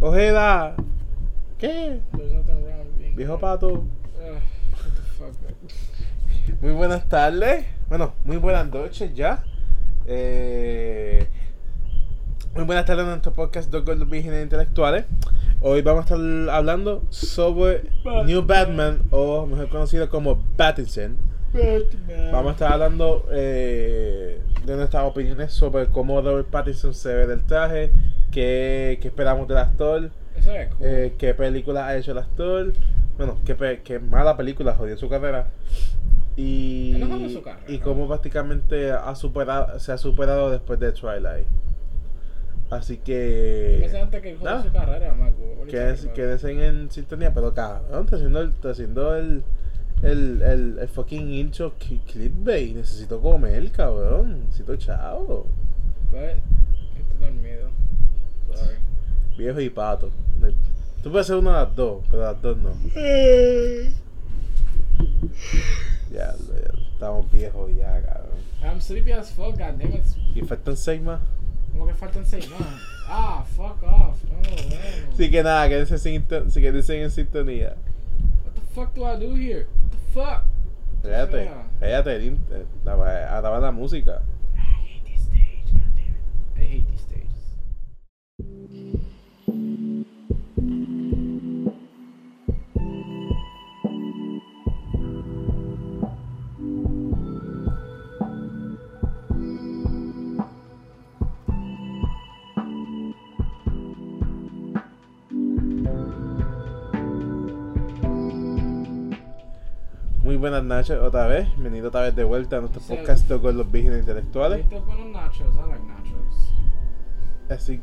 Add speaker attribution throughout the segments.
Speaker 1: Ojeda. ¿Qué?
Speaker 2: There's nothing wrong with being
Speaker 1: Viejo
Speaker 2: white.
Speaker 1: pato.
Speaker 2: Ugh, what the fuck?
Speaker 1: Muy buenas tardes. Bueno, muy buenas noches ya. Eh, muy buenas tardes a nuestro podcast Dos Gordos Vírgenes Intelectuales. Hoy vamos a estar hablando sobre
Speaker 2: Batman.
Speaker 1: New Batman, o mejor conocido como Pattinson.
Speaker 2: Batman.
Speaker 1: Vamos a estar hablando eh, de nuestras opiniones sobre cómo Robert Pattinson se ve del traje, qué, qué esperamos del actor,
Speaker 2: Eso era cool.
Speaker 1: eh, qué película ha hecho el actor. Bueno, qué, pe- qué mala película, jodió su carrera. Y,
Speaker 2: Él no jodió su carrera.
Speaker 1: y cómo prácticamente ha superado, se ha superado después de Twilight. Así
Speaker 2: Pensé
Speaker 1: que.
Speaker 2: antes que jodió
Speaker 1: nada.
Speaker 2: su carrera, Marco. What are you talking
Speaker 1: quédense-
Speaker 2: about?
Speaker 1: Quédense en sintonía, pero cabrón, está haciendo el, está haciendo el, el, el, el fucking intro cli- clickbait. Necesito comer, cabrón. Necesito chavo.
Speaker 2: But, Estoy dormido. Sorry.
Speaker 1: Viejo y pato. Tú puedes hacer una de las dos, pero las dos no. Ya, ya, estamos viejos ya, cabrón.
Speaker 2: I'm sleepy as fuck, goddamn it.
Speaker 1: Y faltan seis más.
Speaker 2: Como que faltan seis más. Ah, fuck off. No, bueno.
Speaker 1: Así que nada, quédense, sin, si quédense en sintonía.
Speaker 2: What the fuck do I do here? What the fuck?
Speaker 1: Cállate,
Speaker 2: Yeah.
Speaker 1: cállate, el in- eh, la- acaba la música.
Speaker 2: I hate this stage, goddamn it. I hate these stages.
Speaker 1: Muy buenas noches otra vez, bienvenido otra vez de vuelta a nuestro
Speaker 2: Sí.
Speaker 1: podcast con los vírgenes intelectuales.
Speaker 2: Estos buenos nachos, I like nachos.
Speaker 1: Así,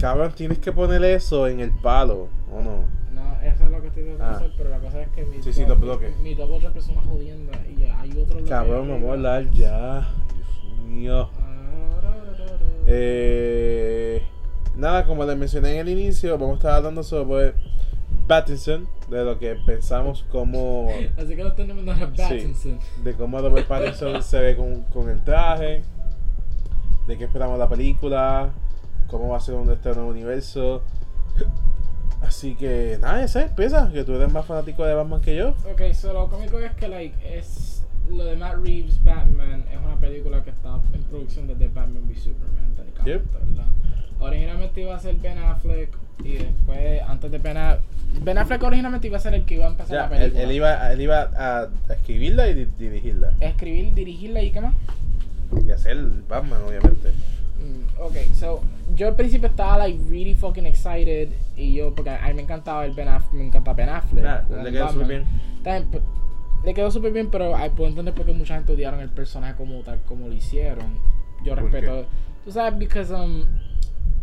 Speaker 1: cabrón, tienes que poner eso en el palo, ¿o no?
Speaker 2: No, eso es lo que estoy tratando de
Speaker 1: Ah.
Speaker 2: hacer, pero la cosa es que mi,
Speaker 1: Sí, sí,
Speaker 2: do-
Speaker 1: los bloques.
Speaker 2: mi double trap es una jodienda y hay otro bloque.
Speaker 1: Cabrón, vamos a hablar ya. Dios mío.
Speaker 2: Ah, ra, ra, ra, ra.
Speaker 1: Eh, nada, como les mencioné en el inicio, vamos a estar hablando sobre Pattinson, de lo que pensamos como...
Speaker 2: Así que lo tenemos en la Battinson.
Speaker 1: de cómo Robert Pattinson se ve con, con el traje, de qué esperamos la película, cómo va a ser un este nuevo universo. Así que nada, esa empieza, que tú eres más fanático de Batman que yo.
Speaker 2: Ok, so lo cómico es que, like, es. Lo de Matt Reeves, Batman, es una película que está en producción desde Batman v Superman, del cómic,
Speaker 1: Yep.
Speaker 2: ¿verdad? Originalmente iba a ser Ben Affleck y después, antes de Ben Affleck. Ben Affleck originalmente iba a ser el que iba a empezar
Speaker 1: Ya,
Speaker 2: la
Speaker 1: él,
Speaker 2: película.
Speaker 1: él iba, él iba a a escribirla y di- dirigirla.
Speaker 2: Escribir, dirigirla y qué más.
Speaker 1: Y hacer Batman, obviamente.
Speaker 2: Mm, Ok, so yo al principio estaba like really fucking excited y yo porque a mí me encantaba el Ben Affleck, me encanta Ben Affleck.
Speaker 1: Nah,
Speaker 2: como
Speaker 1: le quedó
Speaker 2: Batman.
Speaker 1: súper bien.
Speaker 2: También, pe- le quedó súper bien, pero ay, puedo entender por qué mucha gente odiaron el personaje como tal como lo hicieron. Yo
Speaker 1: ¿Por
Speaker 2: respeto,
Speaker 1: qué?
Speaker 2: tú sabes, because um,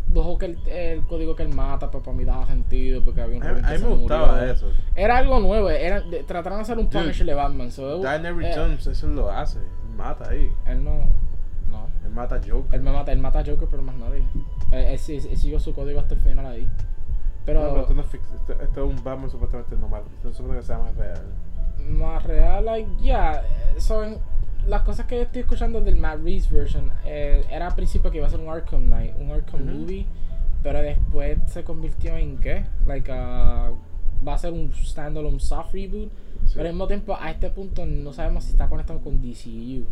Speaker 2: dejó que el, el código que él mata, pero para mí daba sentido porque había un
Speaker 1: A,
Speaker 2: joven que
Speaker 1: mí- a mí
Speaker 2: se
Speaker 1: me
Speaker 2: murió.
Speaker 1: gustaba eso.
Speaker 2: Era algo nuevo, era, de- trataron de hacer un
Speaker 1: Dude,
Speaker 2: Punisher de Batman. So,
Speaker 1: Diner
Speaker 2: eh,
Speaker 1: Returns, eso lo hace. Él mata ahí.
Speaker 2: él no, no.
Speaker 1: Él mata a Joker.
Speaker 2: Él, me mata, él mata a Joker, pero más nadie. Eh, Él, él sí- él siguió su código hasta el final ahí. Pero,
Speaker 1: No, pero esto, no es fic- esto- esto es un Batman supuestamente normal. No supone que sea más real.
Speaker 2: más real, like, yeah, eh, son las cosas que yo estoy escuchando del Matt Reeves version. eh, era al principio que iba a ser un Arkham Knight, un Arkham
Speaker 1: Ujú.
Speaker 2: movie, pero después se convirtió en qué? Like, ah, va a ser un standalone soft reboot.
Speaker 1: Sí.
Speaker 2: Pero al mismo tiempo, a este punto no sabemos si está conectado con DCU.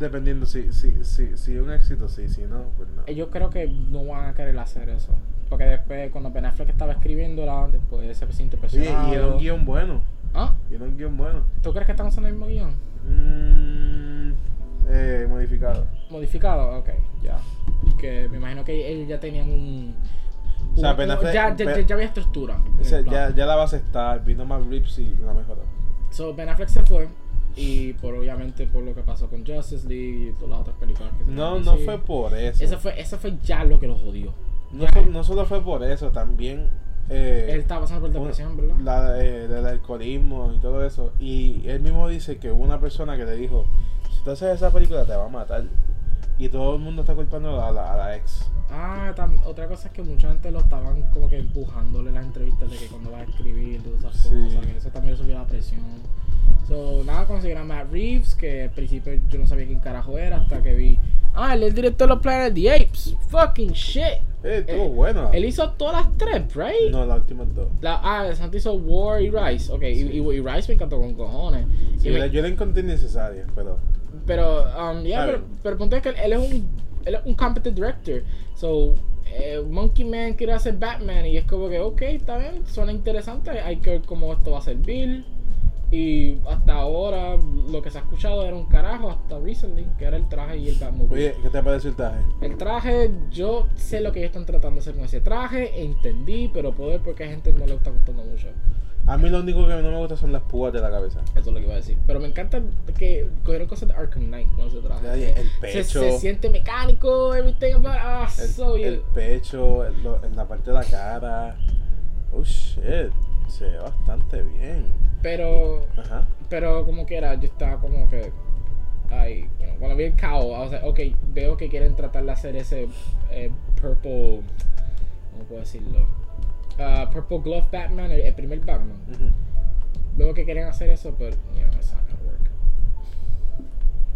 Speaker 1: Dependiendo, si, si, si, si es un éxito, sí, si no, pues no.
Speaker 2: Eh, Yo creo que no van a querer hacer eso. Porque después, cuando Ben Affleck estaba escribiéndola, después se sintió
Speaker 1: Oye,
Speaker 2: presionado.
Speaker 1: y era un guión bueno.
Speaker 2: ¿Ah?
Speaker 1: Y era un guión bueno.
Speaker 2: ¿Tú crees que están usando el mismo guión?
Speaker 1: Mm, eh, modificado.
Speaker 2: Modificado, ok, ya. Que me imagino que ellos ya tenían un.
Speaker 1: O sea,
Speaker 2: un-
Speaker 1: Ben
Speaker 2: un-
Speaker 1: Affleck-
Speaker 2: ya, ya,
Speaker 1: Ben-
Speaker 2: ya había estructura. en
Speaker 1: O sea,
Speaker 2: el
Speaker 1: ya,
Speaker 2: plan.
Speaker 1: ya la base está, vino más rips y la mejoró.
Speaker 2: So, Ben Affleck se fue. Y por obviamente por lo que pasó con Justice League y todas las otras películas que se
Speaker 1: No,
Speaker 2: hicieron
Speaker 1: no
Speaker 2: así.
Speaker 1: fue por eso.
Speaker 2: Eso fue, eso fue ya lo que lo jodió.
Speaker 1: No, fue- no solo fue por eso, también. eh,
Speaker 2: Él estaba pasando por
Speaker 1: Bueno,
Speaker 2: depresión, ¿verdad?
Speaker 1: La, eh, del alcoholismo y todo eso. Y él mismo dice que hubo una persona que le dijo, si tú haces esa película te va a matar. Y todo el mundo está culpando a la, a la ex.
Speaker 2: Ah, tam- otra cosa es que mucha gente lo estaban como que empujándole las entrevistas de que cuando vas a escribir, todas esas
Speaker 1: Sí.
Speaker 2: cosas, que eso también le subía la presión. So, nada, conseguir a Matt Reeves, que al principio yo no sabía quién carajo era, hasta que vi Ah, él es el director de los Planet of the Apes. Fucking shit.
Speaker 1: Eh, estuvo
Speaker 2: Eh,
Speaker 1: buena.
Speaker 2: Él hizo todas las tres, right?
Speaker 1: No, la última dos.
Speaker 2: La- ah, Santi hizo War y Rise. Ok, y-
Speaker 1: Sí.
Speaker 2: y, y Rise me encantó con cojones. Y
Speaker 1: Sí,
Speaker 2: me-
Speaker 1: la- yo la encontré innecesaria, pero.
Speaker 2: Pero, um, yeah,
Speaker 1: A ver.
Speaker 2: pero, pero el punto es que él, él es un él es un competent director. So, eh, Monkey Man quiere hacer Batman y es como que, ok, está bien, suena interesante, hay que ver cómo esto va a servir. Y hasta ahora lo que se ha escuchado era un carajo hasta recently, que era el traje y el Batmobile.
Speaker 1: Oye, ¿qué te parece el traje?
Speaker 2: El traje, yo sé lo que ellos están tratando de hacer con ese traje, entendí, pero puedo ver por qué a gente no le está gustando mucho.
Speaker 1: A mí lo único que no me gusta son las púas de la cabeza.
Speaker 2: Eso es lo que iba a decir. Pero me encanta que cogieron cosas de Arkham Knight con ese traje.
Speaker 1: Ay, el
Speaker 2: Se-
Speaker 1: pecho.
Speaker 2: Se, siente mecánico, everything about ah,
Speaker 1: El,
Speaker 2: so you-
Speaker 1: el pecho, el- lo- en la parte de la cara. Oh shit, se ve bastante bien.
Speaker 2: Pero,
Speaker 1: Ajá.
Speaker 2: pero como quiera, yo estaba como que. Ay, you know, cuando vi el caos, I was like, ok, veo que quieren tratar de hacer ese eh, purple. ¿Cómo puedo decirlo? Ah, purple Glove Batman, el, el primer Batman.
Speaker 1: Ujú.
Speaker 2: Veo que quieren hacer eso, pero, you know, it's not gonna work.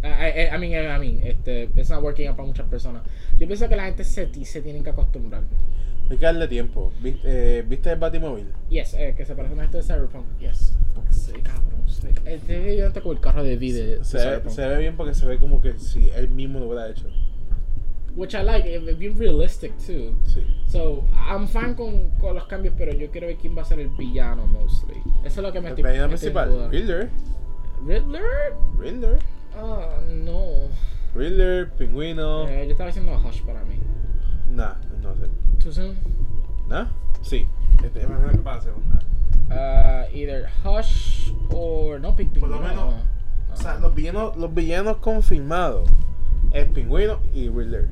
Speaker 2: Ah, I, I, I mean, I mean, este, it's not working out para muchas personas. Yo pienso que la gente se, ti- se tienen que acostumbrar.
Speaker 1: Hay que darle tiempo. Vi- eh, ¿Viste el Batimóvil?
Speaker 2: Yes, eh, que se parece a este de Cyberpunk. Yes. Sí, cabrón. Sí. Este es evidente con el carro de vida de, de
Speaker 1: Se, ve-
Speaker 2: Cyberpunk.
Speaker 1: se ve bien porque se ve como que si él mismo lo hubiera hecho.
Speaker 2: Which I like, it, it being realistic too.
Speaker 1: Sí.
Speaker 2: So, I'm fan con, con los cambios, pero yo quiero ver quién va a ser el villano mostly. Eso es lo que me
Speaker 1: El
Speaker 2: estoy
Speaker 1: villano
Speaker 2: me estoy en duda.
Speaker 1: principal, Riddler.
Speaker 2: ¿Riddler?
Speaker 1: Riddler.
Speaker 2: Ah, no.
Speaker 1: Riddler, Pingüino.
Speaker 2: Eh, yo estaba diciendo Hush para mí.
Speaker 1: Nah, no sé.
Speaker 2: Too soon?
Speaker 1: ¿Nah? Sí. Este, imagina que pasa segunda.
Speaker 2: Uh, either Hush or no Pig
Speaker 1: Por lo
Speaker 2: Pingüino,
Speaker 1: menos,
Speaker 2: no.
Speaker 1: O sea, los villanos, los villanos confirmados es Pingüino y Riddler.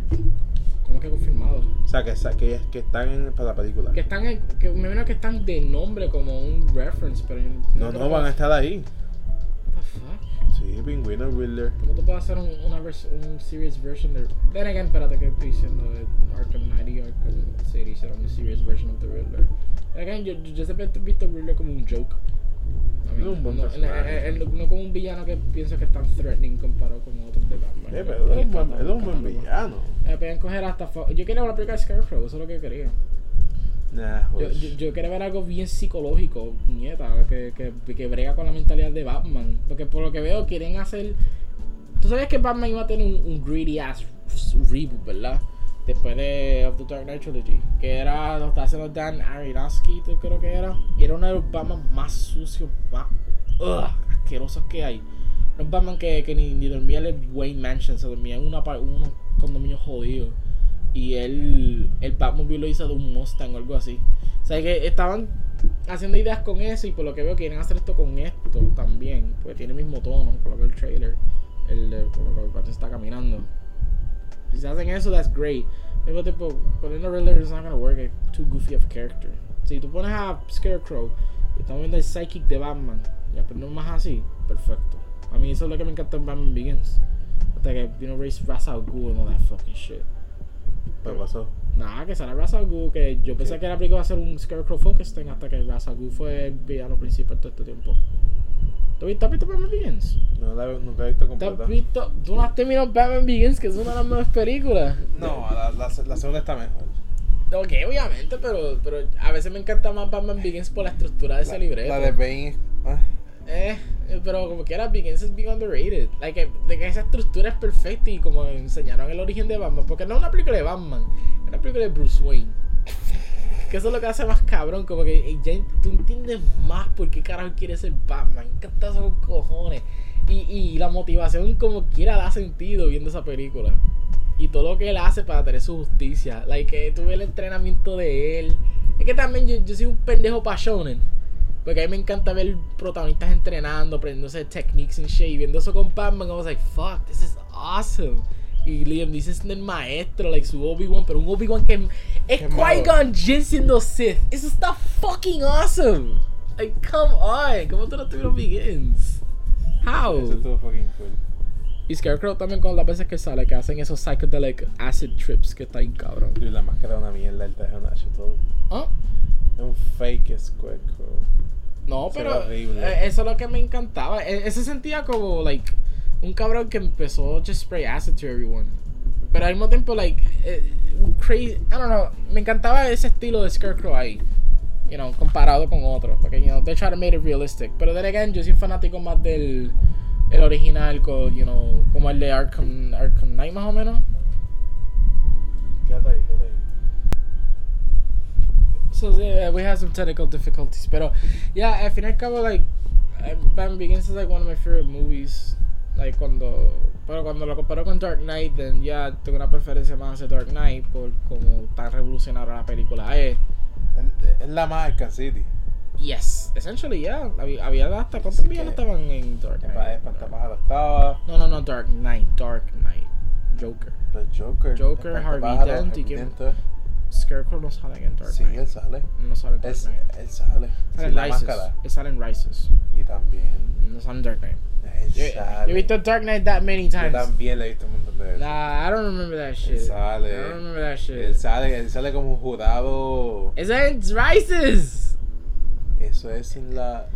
Speaker 2: ¿Cómo que confirmado?
Speaker 1: O sea, que, que, que están en, para la película.
Speaker 2: Que están, en- que me imagino que están de nombre como un reference, pero yo
Speaker 1: No,
Speaker 2: te
Speaker 1: no,
Speaker 2: puedo-
Speaker 1: van a estar ahí.
Speaker 2: What the fuck?
Speaker 1: Sí, Pingüino y Riddler.
Speaker 2: ¿Cómo te puedo hacer un, una vers- un serious version de... Then again, espérate que estoy diciendo de Arkham Knight y Arkham City hicieron un serious version of the Riddler. Again, yo, yo, yo siempre he visto Riddler como un joke. I mean,
Speaker 1: No, un buen
Speaker 2: no,
Speaker 1: personaje.
Speaker 2: eh, eh, no como un villano que pienso que es tan threatening comparado con otros de Batman.
Speaker 1: Eh, pero él es un buen, él es un buen
Speaker 2: Catálogo.
Speaker 1: villano.
Speaker 2: Eh, podían coger hasta... fo- Yo quería una película de Scarecrow, eso es lo que quería.
Speaker 1: Nah,
Speaker 2: Yo,
Speaker 1: joder.
Speaker 2: yo, yo quería ver algo bien psicológico, nieta, que, que, que brega con la mentalidad de Batman. Porque por lo que veo, quieren hacer. Tú sabías que Batman iba a tener un, un greedy ass reboot, ¿verdad? Después de of the Dark Knight Trilogy. Que era. Lo está haciendo Dan Aronofsky, tú creo que era. Y era uno de los Batman más sucios, más. ugh, asquerosos que hay. Los Batman que, que ni, ni dormía en el Wayne Mansion, se dormía en una, pa- unos condominios jodidos. Y él, el Batmobile lo hizo de un Mustang o algo así. O sea, que estaban haciendo ideas con eso y por lo que veo quieren hacer esto con esto también. Porque tiene el mismo tono, por lo que el trailer, el, de- por lo que el pato está caminando. Si se hacen eso, that's great. Pero tipo, poniendo a Riddler is not gonna work, it's too goofy of a character. Si tú pones a Scarecrow y estamos viendo el psychic de Batman y aprendemos más así, perfecto. A mí eso es lo que me encanta en Batman Begins. Hasta que, you know, Race Ra's al Ghul and all that fucking shit.
Speaker 1: ¿Qué pasó?
Speaker 2: Nada, que será Ra's al Ghul, que yo pensé que la película iba a ser un Scarecrow Focus thing hasta que Ra's al Ghul fue el villano principal todo este tiempo. ¿Tú viste- has visto Batman Begins?
Speaker 1: No la, nunca he visto
Speaker 2: ¿Tú has
Speaker 1: completa.
Speaker 2: visto? ¿Tú no has terminado Batman Begins, que es una de las mejores películas?
Speaker 1: No, la, la, la segunda está mejor.
Speaker 2: Ok, obviamente, pero, pero a veces me encanta más Batman Begins por la estructura de ese libreto.
Speaker 1: La de Bane. ah,
Speaker 2: Eh, eh, pero como quiera, Begins es bien underrated. Like, eh, like, esa estructura es perfecta y como enseñaron el origen de Batman, porque no es una película de Batman, es una película de Bruce Wayne. Que eso es lo que hace más cabrón, como que eh, ya en- tú entiendes más por qué carajo quiere ser Batman. ¿Qué estás con cojones? Y, y la motivación como quiera da sentido viendo esa película. Y todo lo que él hace para tener su justicia. Like, eh, tú ves el entrenamiento de él. Es que también yo, yo soy un pendejo pa' shonen. Porque a mí me encanta ver protagonistas entrenando, aprendiéndose techniques and shit. Y viendo eso con Batman, I was like, fuck, this is awesome. Y Liam Neeson es el maestro, like su Obi-Wan, pero un Obi-Wan que es
Speaker 1: Qué malo.
Speaker 2: Qui-Gon Jinn siendo Sith. Eso está fucking awesome. Like, come on, ¿cómo tú no tuvieron Begins? How?
Speaker 1: Eso estuvo fucking cool.
Speaker 2: Y Scarecrow también con las veces que sale, que hacen esos psychedelic acid trips que está ahí, cabrón.
Speaker 1: Dude, la máscara es una mierda, el traje de Nacho, todo.
Speaker 2: ¿Ah?
Speaker 1: Es un fake Scarecrow.
Speaker 2: No,
Speaker 1: Eso
Speaker 2: pero
Speaker 1: era horrible.
Speaker 2: eh, eso es lo que me encantaba. E- Ese sentía como, like, un cabrón que empezó just spray acid to everyone. Pero al mismo tiempo, like, eh, crazy. I don't know. Me encantaba ese estilo de Scarecrow ahí. You know, comparado con otro. Porque, you know, they try to make it realistic. Pero then again, yo soy fanático más del el original, con, you know, como el de Arkham, Arkham Knight, más o menos.
Speaker 1: Quédate ahí, quédate ahí.
Speaker 2: So yeah, we had some technical difficulties, pero yeah, al fin y al cabo like eh, Batman Begins is like one of my favorite movies. Like cuando pero cuando lo comparo con Dark Knight, then yeah, tengo una preferencia más hacia Dark Knight por como tan revolucionaria la película Eh, es.
Speaker 1: Es- Es la más Arkham City.
Speaker 2: Yes, essentially yeah, había, había hasta cuántos
Speaker 1: Así
Speaker 2: villanos
Speaker 1: que-
Speaker 2: estaban en Dark
Speaker 1: Es para
Speaker 2: Knight.
Speaker 1: espantar más a la octava.
Speaker 2: No, no, no, Dark Knight, Dark Knight, Joker.
Speaker 1: Pero Joker.
Speaker 2: Joker,
Speaker 1: espantapájaros,
Speaker 2: Harvey Dent, y
Speaker 1: Harvey
Speaker 2: quién-
Speaker 1: Dent.
Speaker 2: Scarecrow no sale en Dark
Speaker 1: Sí,
Speaker 2: Knight.
Speaker 1: él sale.
Speaker 2: No sale en
Speaker 1: Él,
Speaker 2: Dark Knight.
Speaker 1: él sale.
Speaker 2: Sale
Speaker 1: Sin
Speaker 2: en
Speaker 1: la
Speaker 2: Rises.
Speaker 1: máscara.
Speaker 2: Él Sale en Rises.
Speaker 1: Y también.
Speaker 2: No sale en Dark Knight.
Speaker 1: Él
Speaker 2: Yo,
Speaker 1: sale.
Speaker 2: yo he visto Dark Knight that many
Speaker 1: Yo
Speaker 2: times.
Speaker 1: también le he visto un montón de veces.
Speaker 2: Nah, I don't remember that
Speaker 1: él
Speaker 2: shit.
Speaker 1: sale.
Speaker 2: I don't remember that
Speaker 1: Él
Speaker 2: shit.
Speaker 1: sale, él sale como jurado.
Speaker 2: Is that in Rises?
Speaker 1: Eso es en la.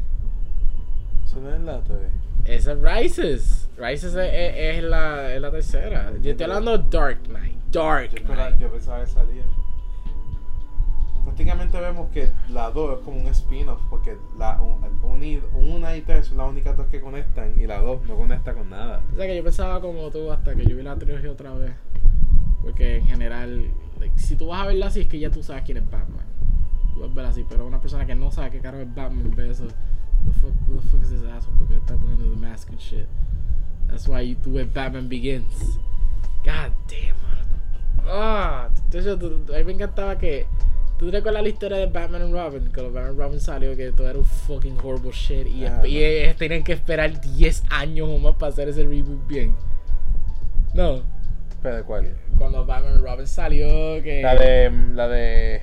Speaker 1: Eso no es en la TV.
Speaker 2: Esa es Rises. Rises es, es- es la, es la tercera. Yo estoy hablando de Dark Knight. Dark
Speaker 1: Yo,
Speaker 2: Knight.
Speaker 1: pensaba que salía. Prácticamente vemos que la 2 es como un spin-off, porque la 1 y 3 son las únicas dos que conectan y la 2 no conecta con nada.
Speaker 2: O sea que yo pensaba como tú hasta que yo vi la trilogía otra vez. Porque en general, like, si tú vas a verla así, es que ya tú sabes quién es Batman. Tú vas a verla así, pero una persona que no sabe qué caro es Batman ve eso. The fuck, who the fuck is this asshole? Porque está poniendo the mask and shit. That's why you do it, Batman Begins. God damn, mano. Ah, entonces tú- a mí me encantaba que. ¿Tú te recuerdas la historia de Batman and Robin? Cuando Batman and Robin salió, que todo era un fucking horrible shit y,
Speaker 1: Ah,
Speaker 2: y
Speaker 1: no.
Speaker 2: ellos tenían que esperar 10 años o más para hacer ese reboot bien. No,
Speaker 1: ¿Pero cuál?
Speaker 2: cuando Batman and Robin salió, que.
Speaker 1: La de. La de.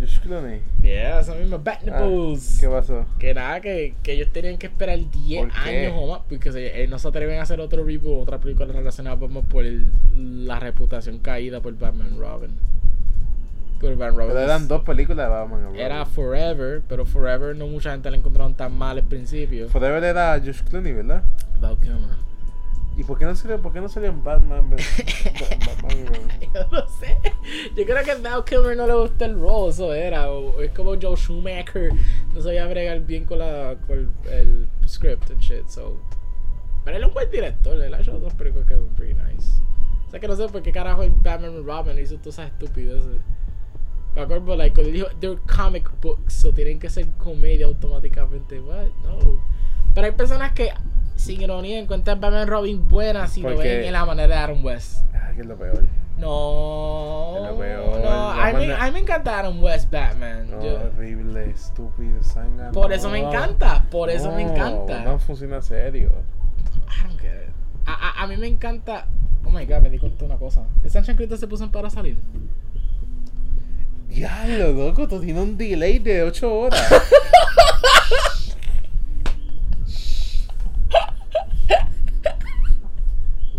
Speaker 1: Josh Clooney.
Speaker 2: Yeah, esa misma, Batman
Speaker 1: Ah,
Speaker 2: Bulls.
Speaker 1: ¿Qué pasó?
Speaker 2: Que nada, que, que ellos tenían que esperar 10
Speaker 1: ¿Por qué?
Speaker 2: años o más, porque se- eh, no se atreven a hacer otro reboot, otra película relacionada a Batman por el- la reputación caída por Batman Robin. Por Batman Robin.
Speaker 1: Pero eran dos películas de Batman. and
Speaker 2: Era
Speaker 1: Robin.
Speaker 2: Forever, pero Forever no mucha gente la encontraron tan mal al principio.
Speaker 1: Forever era Josh Clooney, ¿verdad?
Speaker 2: Val Kilmer.
Speaker 1: ¿Y por qué no salió, por qué no salió en Batman? Batman y Robin?
Speaker 2: Yo no sé. Yo creo que Val Kilmer no le gusta el rol, eso era. O- es como Joe Schumacher. No sabía bregar bien con, la, con el, el script and shit, so. Pero él es un buen director, él ha hecho otras películas que son pretty nice. O sea que no sé por qué carajo en Batman y Robin hizo todas esas estupideces. Me acuerdo, like, cuando dijo, they're comic books, so tienen que ser comedia automáticamente. What? No. Pero hay personas que, sin ironía, encuentran Batman y Robin buenas si lo
Speaker 1: Porque-
Speaker 2: ven en la manera de Aaron West.
Speaker 1: Ah, que es lo peor.
Speaker 2: No.
Speaker 1: Es lo peor.
Speaker 2: No, a mí,
Speaker 1: Batman-
Speaker 2: a mí me encantaron West Batman.
Speaker 1: No,
Speaker 2: Yo-
Speaker 1: horrible, estúpido, sangre.
Speaker 2: por eso me encanta. Por eso me encanta.
Speaker 1: No funciona serio.
Speaker 2: I don't get it. A, a- a mí me encanta. Oh my god, me di cuenta de una cosa. ¿Esa chancleta se puso en para salir?
Speaker 1: Ya, lo loco, tú tienes un delay de 8 horas.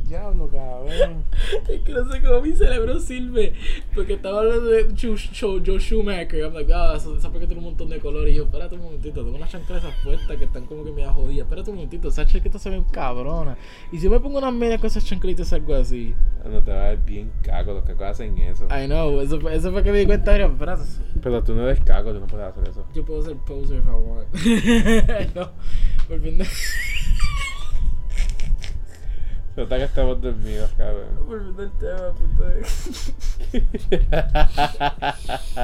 Speaker 1: Diablo, cabrón.
Speaker 2: Es que no sé cómo mi cerebro sirve. Porque estaba hablando de Joe, Joe- Joe Schumacher. I'm like, ah, esa esa porque tiene un montón de colores. Y yo, espérate un momentito, tengo unas chancletas puestas que están como que me da jodida. Espérate un momentito, esas chancletas se ven cabronas. Y si yo me pongo unas medias con esas chancletas, algo así.
Speaker 1: No te va a ver bien caco los cacos hacen eso.
Speaker 2: I know, eso fue, eso fue que me di cuenta, mira, espérate.
Speaker 1: Pero tú no eres caco, tú no puedes hacer eso.
Speaker 2: Yo puedo ser poser if I want. no, volviendo,
Speaker 1: Se nota que estamos dormidos, cabrón.
Speaker 2: volviendo al tema, é punto de... Es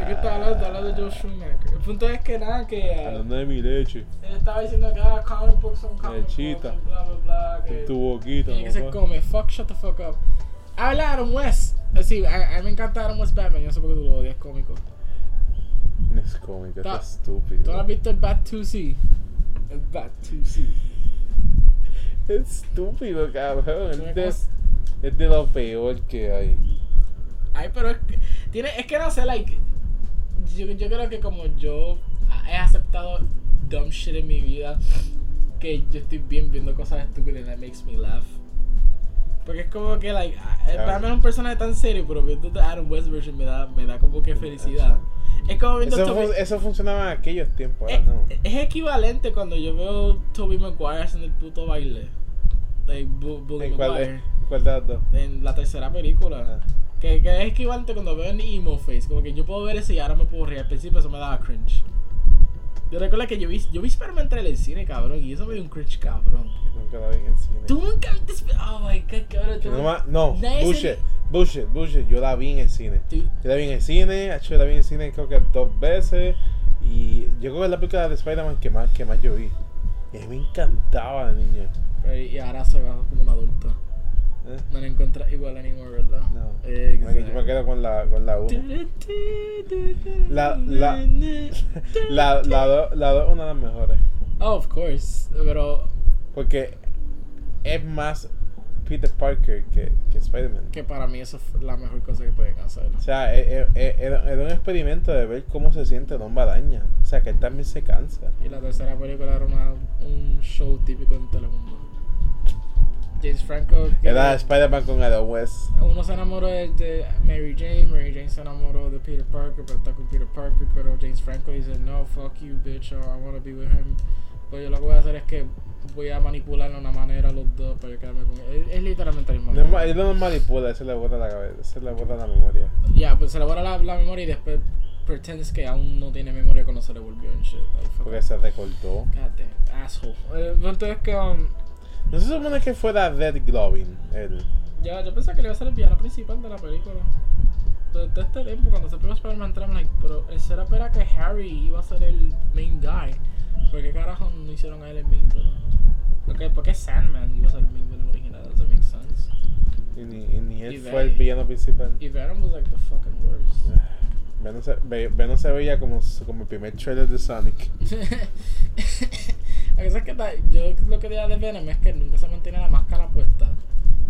Speaker 2: É que estaba hablando, estaba hablando de um Joe Schumacher. El punto es que nada, que ah,
Speaker 1: Hablando de mi leche,
Speaker 2: él estaba diciendo que ah, comic books son comic books, y
Speaker 1: Lechita.
Speaker 2: bla, bla, bla, que...
Speaker 1: en tu boquita,
Speaker 2: Tiene que ser
Speaker 1: papá.
Speaker 2: come, fuck, shut the fuck up. Habla Adam West. Así, a, a mí me encanta Adam West Batman, yo no sé por qué tú lo odias, cómico.
Speaker 1: No es cómico,
Speaker 2: Ta-
Speaker 1: está estúpido.
Speaker 2: ¿Tú no has visto el Bat 2C? El Bat 2C.
Speaker 1: Es estúpido, cabrón.
Speaker 2: Una
Speaker 1: Es de,
Speaker 2: cosa-
Speaker 1: es de lo peor que hay.
Speaker 2: Ay, pero es que, tiene, es que no sé, like, yo, yo creo que como yo he aceptado dumb shit en mi vida, que yo estoy bien viendo cosas estúpidas and that makes me laugh. Porque es como que, like, ah, a-
Speaker 1: Claro.
Speaker 2: Batman es un personaje tan serio, pero viendo The Adam West version me da, me da como que felicidad. Es como viendo
Speaker 1: Eso,
Speaker 2: Toby- eh,
Speaker 1: fun- eso funcionaba en aquellos tiempos,
Speaker 2: es,
Speaker 1: ahora no.
Speaker 2: es equivalente cuando yo veo Toby Maguire haciendo el puto baile. de Bu- Bully
Speaker 1: ¿En cuál, de,
Speaker 2: McGuire.
Speaker 1: en cuál de las dos?
Speaker 2: En la tercera película.
Speaker 1: Ah.
Speaker 2: Que, que es equivalente cuando veo en Emo Face. Como que yo puedo ver ese y ahora me puedo reír. Al principio eso me daba cringe. Yo recuerdo que yo vi, yo vi Spider-Man en el cine, cabrón. Y eso me dio un cringe, cabrón.
Speaker 1: Que nunca la vi en el cine.
Speaker 2: Tú nunca antes. Oh my god, cabrón. Tú
Speaker 1: Yo nomás- no,
Speaker 2: Nadie se-
Speaker 1: bullshit, bullshit, bullshit. Yo la vi en el cine.
Speaker 2: tú-
Speaker 1: Yo la vi en el cine, hecho, la vi en el cine creo que dos veces. Y yo creo que es la película de Spider-Man que más, que más yo vi. Y a mí me encantaba de niño.
Speaker 2: pero y ahora se va como un adulto.
Speaker 1: ¿eh?
Speaker 2: No lo encuentras igual anymore, ¿verdad?
Speaker 1: No.
Speaker 2: Exacto.
Speaker 1: Yo me quedo con la, con la 1. La- la- La 2 la, do- la dos es una de las mejores.
Speaker 2: Oh, of course. Pero
Speaker 1: Porque es más Peter Parker que, que Spider-Man.
Speaker 2: que para mí eso es la mejor cosa que pueden hacer.
Speaker 1: O sea, e- e- e- era era un experimento de ver cómo se siente Don Badaña. O sea, que él también se cansa.
Speaker 2: Y la tercera película era una- un show típico en Telemundo. James Franco. que-
Speaker 1: Era Spider-Man con Adam West.
Speaker 2: Uno se enamoró de, de Mary Jane, Mary Jane se enamoró de Peter Parker, pero está con Peter Parker, pero James Franco dice, no, fuck you, bitch, or I wanna be with him. Pues yo lo que voy a hacer es que voy a manipular de una manera a los dos para quedarme con él. Es, es literalmente el mismo.
Speaker 1: No, ma- él no manipula, se le borra la cabeza, se le borra la memoria.
Speaker 2: Ya, pues se le borra la, la memoria y después pretends que aún no tiene memoria cuando se le volvió en shit. Like, fuck
Speaker 1: Porque se
Speaker 2: God
Speaker 1: recortó.
Speaker 2: damn, asshole. Eh, pues entonces que... um,
Speaker 1: No se supone que fuera Red Globin, él.
Speaker 2: ya, yo pensé que le iba a ser el villano principal de la película. Desde este tiempo, cuando se pegó Spider-Man 3, I'm like, pero él se espera que Harry iba a ser el main guy. ¿Por qué carajo no hicieron a él el main villain? ¿Por qué, por qué Sandman iba a ser el main villain original? That doesn't make sense.
Speaker 1: Y ni, y ni él
Speaker 2: Y
Speaker 1: fue
Speaker 2: Ve-
Speaker 1: el villano principal.
Speaker 2: Y Venom was like the fucking worst.
Speaker 1: Venom se, Ve- Venom se veía como, su- como el primer trailer de Sonic.
Speaker 2: La cosa es que ta- yo lo que digo de Venom es que nunca se mantiene la máscara puesta.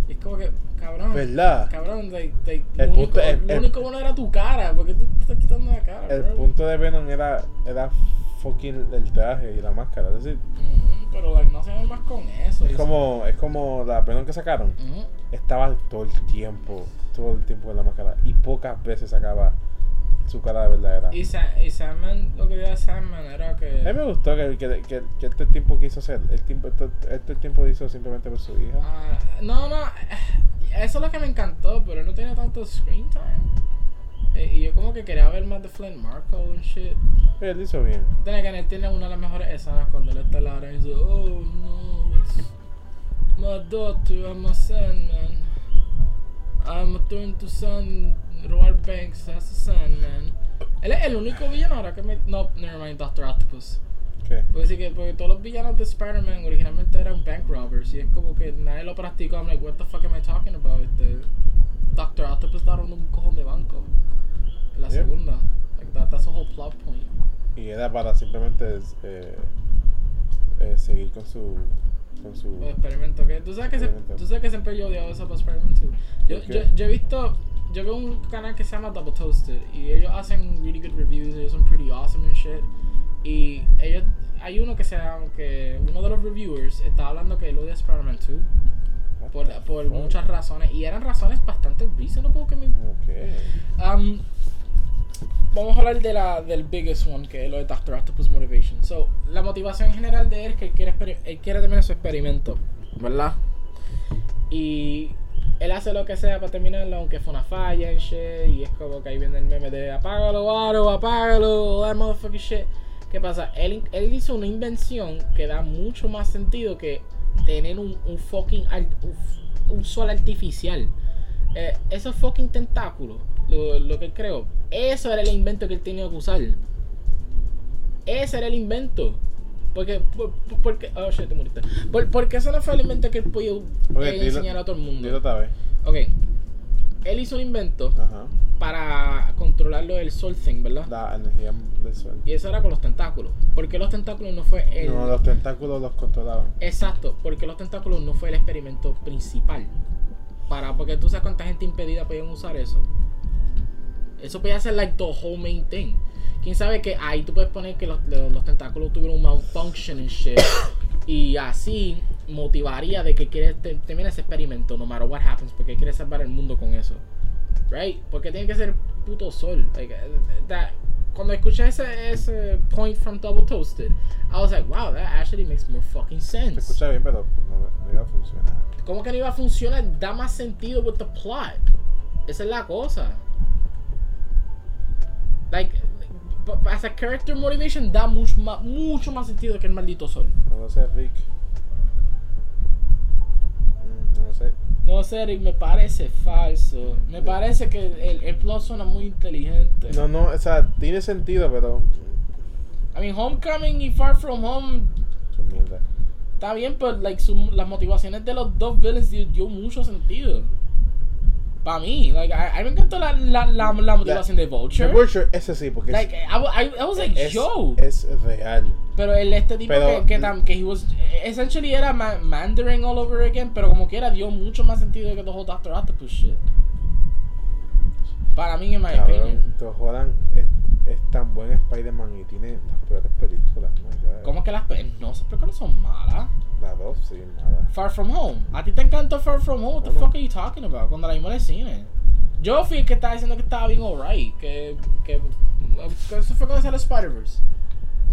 Speaker 2: Y es como que, cabrón.
Speaker 1: ¿Verdad?
Speaker 2: Cabrón, like, like,
Speaker 1: El
Speaker 2: lo, único,
Speaker 1: punto- el-
Speaker 2: lo
Speaker 1: el-
Speaker 2: único bueno era tu cara. porque tú te estás quitando la cara?
Speaker 1: El
Speaker 2: bro?
Speaker 1: punto de Venom era, era fucking el traje y la máscara. Es decir,
Speaker 2: Ujú, pero like, no se ve más con eso.
Speaker 1: es como, es como la Venom que sacaron.
Speaker 2: Ujú.
Speaker 1: Estaba todo el tiempo, todo el tiempo en la máscara. Y pocas veces sacaba su cara de verdadera.
Speaker 2: Y, Sa- y Sandman, lo que decía Sandman era
Speaker 1: A mí
Speaker 2: que.
Speaker 1: me gustó que, que, que, que este tiempo quiso hacer, el tiempo, este, este tiempo lo hizo simplemente por su hija.
Speaker 2: Ah, no, no. Eso es lo que me encantó, pero no tenía tanto screen time. Eh, Y yo como que quería ver más de Flint Marco and shit.
Speaker 1: Pero él hizo bien.
Speaker 2: Tiene que él tiene una de las mejores escenas cuando él está en la arena y dice, oh no, it's my daughter, I'm a sandman. I'm a turn to sand, Robert Banks as a sandman. Él es el único villano ahora que me... No, nevermind, Doctor Octopus.
Speaker 1: ¿Qué?
Speaker 2: Porque, sí que, porque todos los villanos de Spider-Man originalmente eran bank robbers y es como que nadie lo practicó. I'm like, what the fuck am I talking about? Este, Doctor Octopus está robando un cojón de banco. En la
Speaker 1: Yeah.
Speaker 2: segunda. Like, that- that's a whole plot point.
Speaker 1: Y era para simplemente eh, eh, seguir con su. Con su
Speaker 2: Los experimentos que tú sabes que, se-
Speaker 1: Experimento.
Speaker 2: tú sabes que siempre yo odiaba eso para Spider-Man 2. Yo,
Speaker 1: ¿Por
Speaker 2: yo,
Speaker 1: qué?
Speaker 2: yo he visto, yo veo un canal que se llama Double Toasted y ellos hacen really good reviews, ellos son pretty awesome and shit. Y ellos, hay uno que se llama, que uno de los reviewers estaba hablando que él odia Spider-Man 2
Speaker 1: What
Speaker 2: por,
Speaker 1: the
Speaker 2: por
Speaker 1: fuck?
Speaker 2: muchas razones y eran razones bastante reasonable que me...
Speaker 1: Ok.
Speaker 2: Um, vamos a hablar de la, del biggest one, que es lo de Doctor Octopus Motivation. So, la motivación general de él es que él quiere, experi- él quiere terminar su experimento, ¿verdad? Y él hace lo que sea para terminarlo, aunque fue una falla and shit. Y es como que ahí viene el meme de apágalo, Aro, apágalo, all that motherfucking shit. ¿Qué pasa? Él, él hizo una invención que da mucho más sentido que tener un, un fucking ar- un, f- un sol artificial. Eh, esos fucking tentáculos, lo, lo que él creó, eso era el invento que él tenía que usar. Ese era el invento. Porque, por- por- porque, oh shit, te moriste. Por- porque ese no fue el invento que él podía eh,
Speaker 1: Ok, dilo-
Speaker 2: enseñar a todo el mundo.
Speaker 1: Dilo Ah. otra vez.
Speaker 2: Ok. Él hizo un invento
Speaker 1: Ajá.
Speaker 2: para controlarlo del Soul Thing, ¿verdad?
Speaker 1: La energía del sol.
Speaker 2: Y eso era con los tentáculos. ¿Por qué los tentáculos no fue el.
Speaker 1: No, los tentáculos los controlaban.
Speaker 2: Exacto, porque los tentáculos no fue el experimento principal. Para, porque tú sabes cuánta gente impedida podían usar eso. Eso podía ser like the whole main thing. Quién sabe que ahí tú puedes poner que los, los- los tentáculos tuvieron un malfunction and shit. Y así motivaría de que quieres te- terminar ese experimento, no matter what happens, porque quieres salvar el mundo con eso. Right? Porque tiene que ser puto sol. Like, eh, that- cuando escuché ese, ese point from Double Toasted, I was like, wow, that actually makes more fucking
Speaker 1: Se
Speaker 2: sense.
Speaker 1: escucha bien, pero no, no iba a funcionar.
Speaker 2: ¿Cómo que no iba a funcionar? Da más sentido with the plot. Esa es la cosa. Like, pa- pa- as a character motivation da mucho más, mucho más sentido que el maldito sol.
Speaker 1: No lo sé, Rick. Mm, No lo sé.
Speaker 2: No sé, Rick, me parece falso. Me parece que el, el plot suena muy inteligente.
Speaker 1: No, no, o sea, tiene sentido, pero.
Speaker 2: I mean, Homecoming y Far From Home
Speaker 1: Son mierda.
Speaker 2: está bien, pero like, su- las motivaciones de los dos villains dio, dio mucho sentido. Para mí, like, I- I me encantó la, la, la, la motivación de Vulture.
Speaker 1: The Vulture, ese sí, porque.
Speaker 2: Like, I, wa- I, I was like,
Speaker 1: es,
Speaker 2: yo.
Speaker 1: es real.
Speaker 2: Pero el, este tipo
Speaker 1: Pero-
Speaker 2: que, que, tam- que he was, essentially era ma- Mandarin all over again, pero como quiera dio mucho más sentido que the whole Doctor Octopus pues, shit. Para mí, en mi opinión.
Speaker 1: Cabrón, Tom Holland es, es tan buen Spider-Man y tiene las peores películas. My God.
Speaker 2: ¿Cómo que las pe- No, esas películas son malas.
Speaker 1: Las dos, sí, nada.
Speaker 2: Far From Home. A ti te encantó Far From Home. What the
Speaker 1: Bueno.
Speaker 2: fuck are you talking about? Cuando la vimos en el cine. Yo fui el que estaba diciendo que estaba bien alright. Que, que, que eso fue cuando salió Spider-Verse.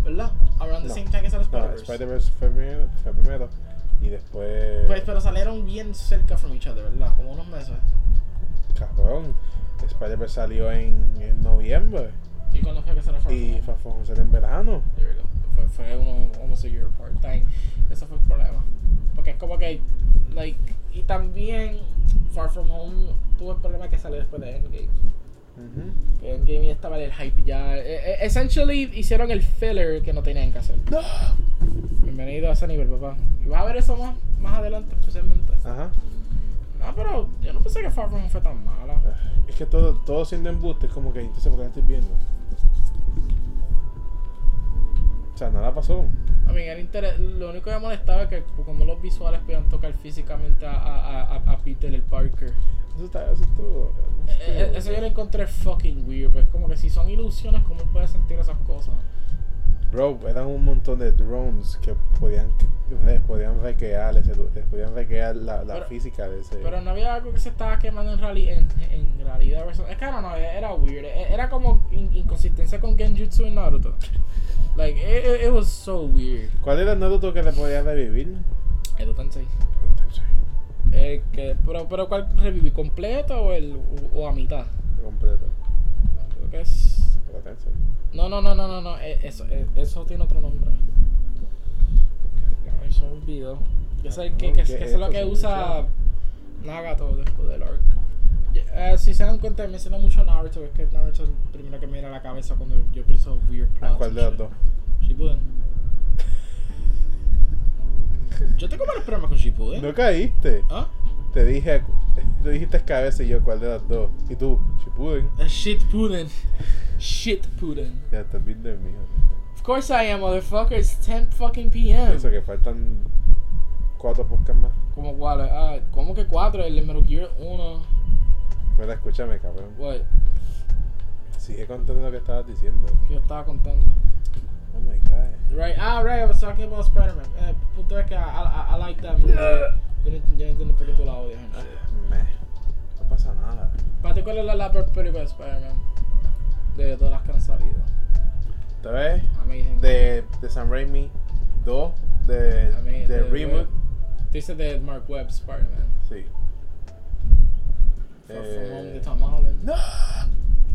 Speaker 2: ¿Verdad? Around the
Speaker 1: No.
Speaker 2: same time que salió
Speaker 1: No,
Speaker 2: Spider-Verse.
Speaker 1: Spider-Verse fue primero, fue primero, y después.
Speaker 2: Pues, pero salieron bien cerca from each other, ¿verdad? Como unos meses.
Speaker 1: Cabrón, Spider-Verse salió en, en noviembre
Speaker 2: ¿Y cuándo fue que salió Far From
Speaker 1: y
Speaker 2: Home?
Speaker 1: Far From Home salió en verano.
Speaker 2: There we go. Fue, fue uno, almost a year apart. Dang, ese fue el problema. Porque es como que, like, y también Far From Home tuvo el problema que salió después de Endgame.
Speaker 1: Ujú.
Speaker 2: Que Endgame ya estaba en el hype ya. Eh, eh, essentially hicieron el filler que no tenían que hacer.
Speaker 1: No.
Speaker 2: Bienvenido a ese nivel, papá. Y vas a ver eso más, más adelante, especialmente.
Speaker 1: Ajá.
Speaker 2: No, pero yo no pensé que Far From Home fue tan mala.
Speaker 1: Es que todo, todo siendo embuste es como que entonces ¿por qué la estoy viendo? O sea, nada pasó.
Speaker 2: A mí era inter- lo único que me molestaba es que como los visuales podían tocar físicamente a, a, a, a Peter el Parker.
Speaker 1: Eso está, eso estuvo.
Speaker 2: Eh, eh, eso yo lo encontré fucking weird, pero es como que si son ilusiones, ¿cómo él puede sentir esas cosas?
Speaker 1: Bro, eran un montón de drones que podían re- podían requear ese lu- podían requear la, la
Speaker 2: Pero-
Speaker 1: física de ese.
Speaker 2: Pero no había algo que se estaba quemando en, reali- en, en realidad. versus- Es que no, no, era weird. E- Era como in- inconsistencia con Genjutsu en Naruto. Like, it, it- it was so weird.
Speaker 1: ¿Cuál era el Naruto que le podía revivir?
Speaker 2: El Tensei. El que, pero, pero ¿cuál reviví? ¿Completo o, el, o, o a mitad?
Speaker 1: Completo.
Speaker 2: Creo que es...
Speaker 1: Era Tensei.
Speaker 2: No, no, no, no, no, no. e- Eso, e- eso tiene otro nombre. Ay, se me olvidó. Es el que, que, que es lo que usa Nagato después del arc. Ya, eh, si se dan cuenta, me suena mucho a Naruto. Es que Naruto es el primero que me viene a la cabeza cuando yo pienso weird plots.
Speaker 1: ¿A Ah, cuál
Speaker 2: and
Speaker 1: de los
Speaker 2: shit.
Speaker 1: dos?
Speaker 2: Shippuden. Yo tengo malos problemas con Shippuden.
Speaker 1: No caíste.
Speaker 2: ¿Ah?
Speaker 1: Te dije, te dijiste cabeza y yo cuál de las dos. Y tú, Shippuden.
Speaker 2: Eh, Shitpuden. Shitpuden.
Speaker 1: Ya estás viendo el mío.
Speaker 2: Of course I am, motherfucker. It's 10 fucking p.m.
Speaker 1: Pienso que faltan cuatro podcasts más.
Speaker 2: Como cuál? Ah, ¿Cómo que cuatro? El de Metal Gear 1.
Speaker 1: Pero escúchame, cabrón.
Speaker 2: What?
Speaker 1: Sigue contando lo que estabas diciendo.
Speaker 2: Que yo estaba contando.
Speaker 1: Oh my god.
Speaker 2: Right, ah, right, I was talking about Spider-Man. Eh, punto es que I, I, I like that movie. Yo no ent- yo no entiendo por qué tú la odias. and shit.
Speaker 1: Meh. No pasa nada.
Speaker 2: ¿Para ti cuál es la, la peor película de Spider-Man? De todas las que han salido.
Speaker 1: ¿Te ves?
Speaker 2: Amazing.
Speaker 1: De, de Sam Raimi. Dos. De,
Speaker 2: I mean,
Speaker 1: de
Speaker 2: de
Speaker 1: Reboot.
Speaker 2: Web- Dice de Mark Webb, Spider-Man.
Speaker 1: Sí.
Speaker 2: Far
Speaker 1: Eh,
Speaker 2: From Home de Tom Holland.
Speaker 1: No.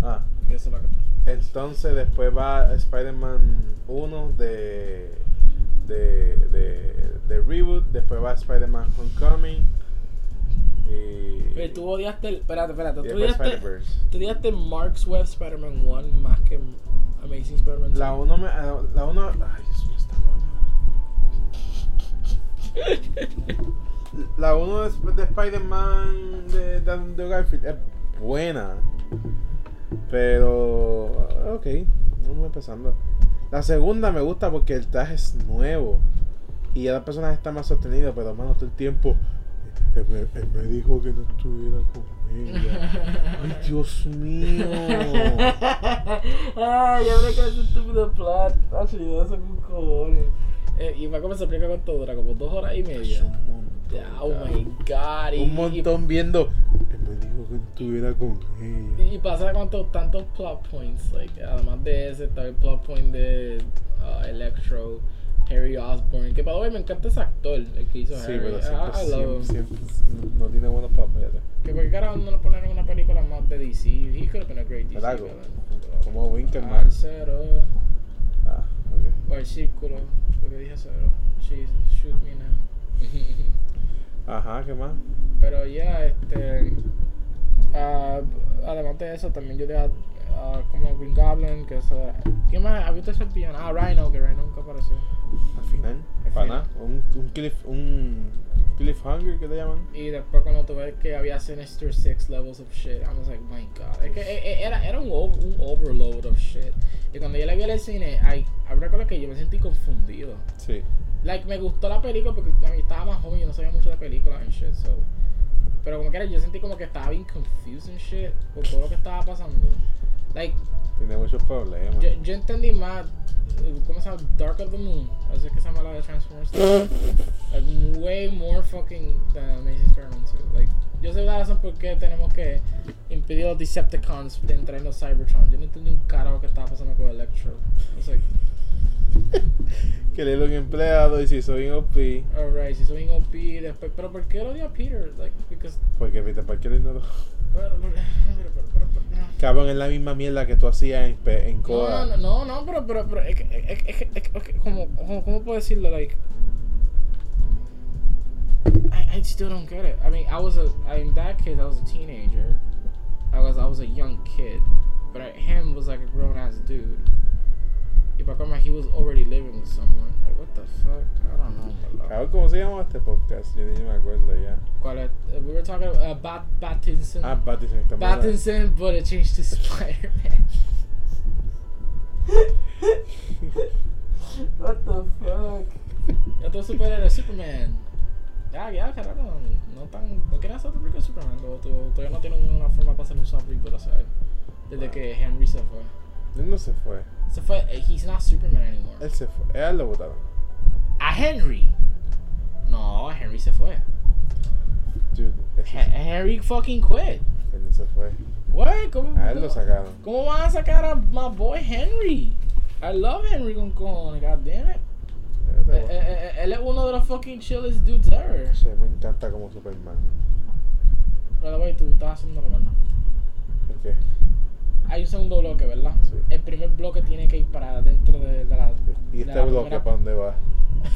Speaker 1: Ah.
Speaker 2: Eso es lo que...
Speaker 1: Entonces después va Spider-Man 1 de, de, de, de Reboot, después va Spider-Man Homecoming. Y,
Speaker 2: Pero tú odiaste el... Espérate, espérate.
Speaker 1: y
Speaker 2: Tú
Speaker 1: después
Speaker 2: odiaste...
Speaker 1: Spider-Verse.
Speaker 2: Tú odiaste Mark's Webb Spider-Man 1 más que Amazing Spider-Man 2.
Speaker 1: La 1 me... La la uno Ay, Dios mío, esta broma. La 1 de, de Spider-Man de, de Andrew Garfield es buena. Pero... Ok, vamos empezando. La segunda me gusta porque el traje es nuevo. Y ya la persona está más sostenida, pero mano, todo el tiempo... Él me, él me dijo que no estuviera con ella. Ay, Dios mío.
Speaker 2: Ay, ahora que es estúpido plot. Ashley, eso con cojones. Eh, y Paco me se explica cuánto dura, como dos horas y
Speaker 1: Es
Speaker 2: media.
Speaker 1: un montón,
Speaker 2: Ya, oh
Speaker 1: cabrón.
Speaker 2: my god. y-
Speaker 1: Un montón viendo. Él me dijo que estuviera con
Speaker 2: Y,
Speaker 1: ella.
Speaker 2: y pasa cuántos tantos plot points. Like, además de ese, está el plot point de ah, Electro. Harry Osborn. Que para hoy me encanta ese actor, el que hizo
Speaker 1: Sí,
Speaker 2: Harry.
Speaker 1: pero
Speaker 2: Ah, I love him.
Speaker 1: siempre, siempre, siempre no tiene buenos papeles.
Speaker 2: Que por qué carajo no lo ponen en una película más de DC. He could have been a great DC.
Speaker 1: Drago.
Speaker 2: villain.
Speaker 1: Como Winkelmann.
Speaker 2: Al cero.
Speaker 1: Ah, ok.
Speaker 2: O el círculo. Porque dije cero. Jesus, shoot me now.
Speaker 1: Ajá, ¿qué más?
Speaker 2: Pero ya, este. ah, además de eso, también yo tenía ah, como Green Goblin, que es. ah, ¿Quién más? ¿Has visto ese villano? Ah, Rhino, que Rhino nunca apareció.
Speaker 1: Al final,
Speaker 2: Al
Speaker 1: para
Speaker 2: final.
Speaker 1: nada. Un, un, cliff, un cliffhanger que le llaman.
Speaker 2: Y después, cuando tú ves que había Sinister Six levels of shit, I was like, my god. Es que eh, eh, era, era un, over- un overload of shit. Y cuando yo la vi en el cine, ay, recuerdo que yo me sentí confundido.
Speaker 1: Sí.
Speaker 2: Like, me gustó la película porque a mí estaba más joven, yo no sabía mucho de películas and shit, so. Pero como que era, yo sentí como que estaba bien confused and shit por todo lo que estaba pasando. Like,
Speaker 1: Tiene muchos problemas.
Speaker 2: yo, yo entendí más, eh, ¿cómo se llama? Dark of the Moon, así es que se llama la de Transformers. like, way more fucking than Amazing Spider-Man 2. Like, yo sé la razón por qué tenemos que impedir a los Decepticons de entrar en los Cybertron. Yo no entendí un carajo que estaba pasando con Electro. I was like,
Speaker 1: que le un empleado y si soy un OP.
Speaker 2: Alright, si soy un OP después, pero ¿por qué lo dio a Peter? Like, because,
Speaker 1: Porque Peter Parker lo ignoró.
Speaker 2: pero, pero, pero, pero, pero, no.
Speaker 1: Cabrón, es la misma mierda que tú hacías en, Pe- en Coda.
Speaker 2: no, no, no, no, pero, pero, pero, es que, es que- es que- es que- ok, como, como- ¿cómo puedo decirlo? Like, I, I still don't get it. I mean, I was a, I- in that case, I was a teenager. I was, I was a young kid, but I- him was like a grown ass dude. If I come out, he was already living with someone. Like, what the fuck? I don't know. bro.
Speaker 1: Cabrón, ¿cómo se llama este podcast? Yo ni me acuerdo ya.
Speaker 2: Call it. Uh, we were talking about Bat Batinson.
Speaker 1: Ah, Pattinson está mal.
Speaker 2: Pattinson, but it changed to Spider Man. What the fuck? Ya todos superhéroes, Superman. Ya, ya, carajo. No tan. No quieren hacer otra película de Superman. no, to- Todavía no tienen una forma para hacer un soft reboot, o sea. Desde
Speaker 1: Wow.
Speaker 2: que Henry se fue.
Speaker 1: Él no se fue.
Speaker 2: Se fue. eh, He's not Superman anymore.
Speaker 1: Él se fue. A él lo votaron.
Speaker 2: A Henry. No, Henry se fue.
Speaker 1: Dude, ese
Speaker 2: He- Henry fucking quit.
Speaker 1: se- él se fue.
Speaker 2: Güey, ¿cómo?
Speaker 1: A él lo sacaron.
Speaker 2: ¿Cómo van a sacar a my boy Henry? I love Henry con cojones, god damn it. Eh, eh, eh, él es uno de los fucking chillest dudes ever.
Speaker 1: Sí, me encanta como Superman.
Speaker 2: By the way, tú estás haciendo lo malo.
Speaker 1: ¿Por qué?
Speaker 2: Hay un segundo bloque, ¿verdad?
Speaker 1: Sí.
Speaker 2: El primer bloque tiene que ir para dentro de, de la.
Speaker 1: ¿Y
Speaker 2: de
Speaker 1: este
Speaker 2: la
Speaker 1: bloque
Speaker 2: primera-
Speaker 1: para dónde va?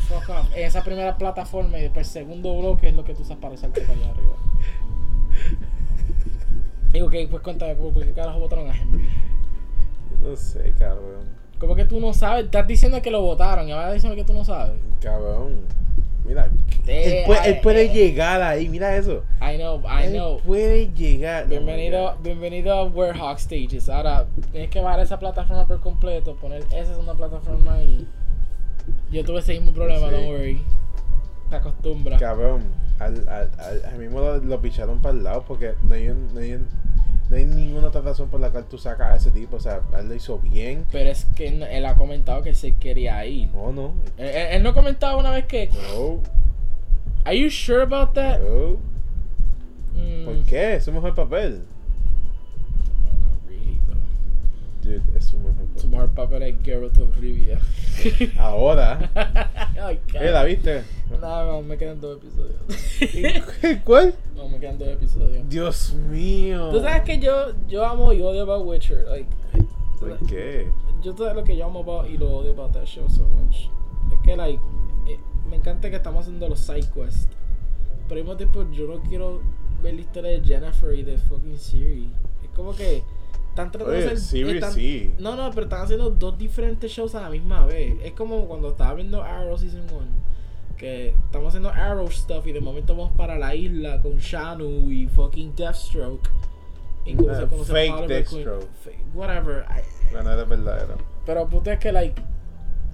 Speaker 2: Fuck off. En esa primera plataforma y después el segundo bloque es lo que tú usas para saltar para allá arriba. Digo que pues cuéntame, ¿por por qué carajo votaron a Henry?
Speaker 1: Yo no sé, cabrón.
Speaker 2: ¿Cómo que tú no sabes? Estás diciendo que lo votaron y ahora diciendo que tú no sabes.
Speaker 1: Cabrón. Mira,
Speaker 2: Eh,
Speaker 1: él puede, él
Speaker 2: eh,
Speaker 1: puede
Speaker 2: eh.
Speaker 1: llegar ahí, mira eso.
Speaker 2: I know, I
Speaker 1: él
Speaker 2: know.
Speaker 1: puede llegar.
Speaker 2: Bienvenido, bienvenido a Warhawk Stages. Ahora tienes que bajar esa plataforma por completo, poner esa es una plataforma y yo tuve ese mismo problema,
Speaker 1: Sí.
Speaker 2: don't worry. Te acostumbras.
Speaker 1: Cabrón, al, al, al, al mismo lo, lo picharon para el lado porque no hay, no, hay, no hay ninguna otra razón por la cual tú sacas a ese tipo. O sea, él lo hizo bien.
Speaker 2: Pero es que él, él ha comentado que se quería ir.
Speaker 1: No, no.
Speaker 2: Él, él- él no comentaba una vez que,
Speaker 1: No,
Speaker 2: are you sure about that?
Speaker 1: no.
Speaker 2: Mm,
Speaker 1: ¿Por qué? Es su mejor papel.
Speaker 2: no, not really, bro.
Speaker 1: Dude, es su mejor papel.
Speaker 2: Su mejor papel es Geralt of Rivia.
Speaker 1: Ahora.
Speaker 2: Ay,
Speaker 1: Ah. ¿Eh, la viste?
Speaker 2: Nada, no, me quedan dos episodios.
Speaker 1: ¿Cuál?
Speaker 2: no, me quedan dos episodios.
Speaker 1: Dios mío.
Speaker 2: Tú sabes que yo, yo amo y odio about Witcher. Like,
Speaker 1: ¿Por qué?
Speaker 2: yo tú sabes lo que yo amo about y lo odio about that show so much. Es que, like, eh, me encanta que estamos haciendo los side quests. Pero al mismo tiempo, yo no quiero ver la historia de Jennifer y de fucking Siri. Es como que están tratando de
Speaker 1: Oye,
Speaker 2: hacer.
Speaker 1: Siri
Speaker 2: están-
Speaker 1: sí.
Speaker 2: No, no, pero están haciendo dos diferentes shows a la misma vez. Es como cuando estaba viendo Arrow Season 1. Que estamos haciendo Arrow stuff y de momento vamos para la isla con Shanu y fucking Deathstroke. Y cómo se
Speaker 1: Ah,
Speaker 2: conoce
Speaker 1: fake
Speaker 2: Oliver Queen.
Speaker 1: Deathstroke.
Speaker 2: Fake- Whatever. I-
Speaker 1: Bueno, era verdadero.
Speaker 2: pero puto es que, like,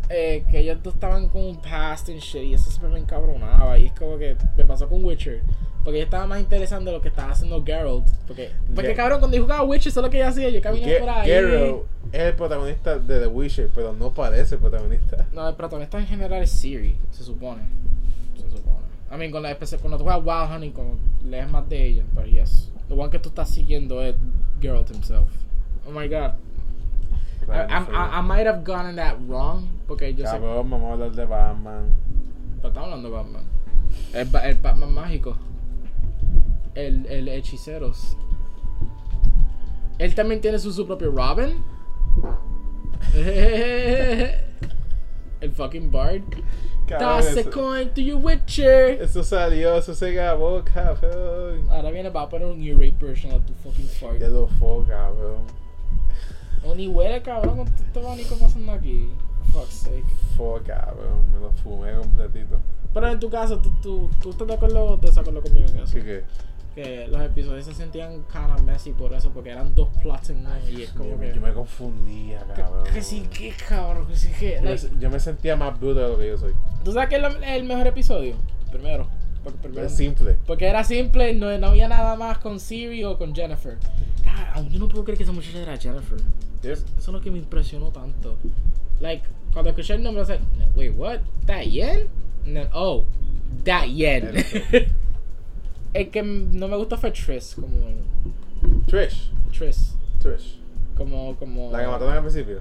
Speaker 2: eh, que ellos dos estaban con un past and shit y eso siempre me encabronaba. Y es como que me pasó con Witcher. Porque yo estaba más interesado en lo que estaba haciendo Geralt. Porque, porque
Speaker 1: Ge-
Speaker 2: cabrón, cuando yo jugaba Witcher, eso es lo que yo hacía. Yo caminaba por
Speaker 1: Ge-
Speaker 2: ahí.
Speaker 1: Geralt es el protagonista de The Witcher, pero no parece el protagonista.
Speaker 2: No, el protagonista en general es Siri, se supone. Se supone. I mean, con la especie, cuando tú juegas Wild Honey, como lees más de ella, pero yes. Lo one que tú estás siguiendo es Geralt himself. Oh my god. I,
Speaker 1: también
Speaker 2: I'm- I, I might have gotten that wrong. Porque yo sé.
Speaker 1: Cabrón, vamos a hablar de Batman.
Speaker 2: Pero estamos hablando de Batman. El, Ba- el Batman mágico. El, el hechiceros. Él también tiene su, su propio Robin. el fucking Bard.
Speaker 1: Cabrón,
Speaker 2: Toss a
Speaker 1: eso,
Speaker 2: coin to your Witcher.
Speaker 1: eso salió, eso se grabó, cabrón.
Speaker 2: Ahora viene para poner un E-Rape version of tu fucking fart.
Speaker 1: Ya lo fue, cabrón.
Speaker 2: No, ni huele, cabrón, con todo este abanico pasando aquí. For fuck's sake.
Speaker 1: Fue, cabrón. Me lo fumé completito.
Speaker 2: Pero en tu caso, ¿tú, tú, tú estás de acuerdo o desacuerdo conmigo en eso?
Speaker 1: Así que,
Speaker 2: Que los episodios se sentían kind of messy por eso, porque eran dos plots en uno y es como
Speaker 1: yo,
Speaker 2: que...
Speaker 1: yo me confundía, cabrón.
Speaker 2: que, que sí, que cabrón, que sí, que...
Speaker 1: Yo me,
Speaker 2: like,
Speaker 1: yo me sentía más bruto de lo que yo soy.
Speaker 2: ¿Tú sabes que es la- el mejor episodio? El primero. Porque, primero-
Speaker 1: Es simple.
Speaker 2: porque era simple, no, no había nada más con Siri o con Jennifer. Ah, aún yo no puedo creer que esa muchacha era Jennifer.
Speaker 1: Yep.
Speaker 2: Eso es lo que me impresionó tanto. Like, cuando escuché el nombre, I was like, wait, what? ¿That Yen? And then, oh, that Yen.
Speaker 1: Exacto.
Speaker 2: el que no me gustó fue Tris, como.
Speaker 1: Trish.
Speaker 2: Tris.
Speaker 1: Trish.
Speaker 2: Como, como.
Speaker 1: La que mataron al principio.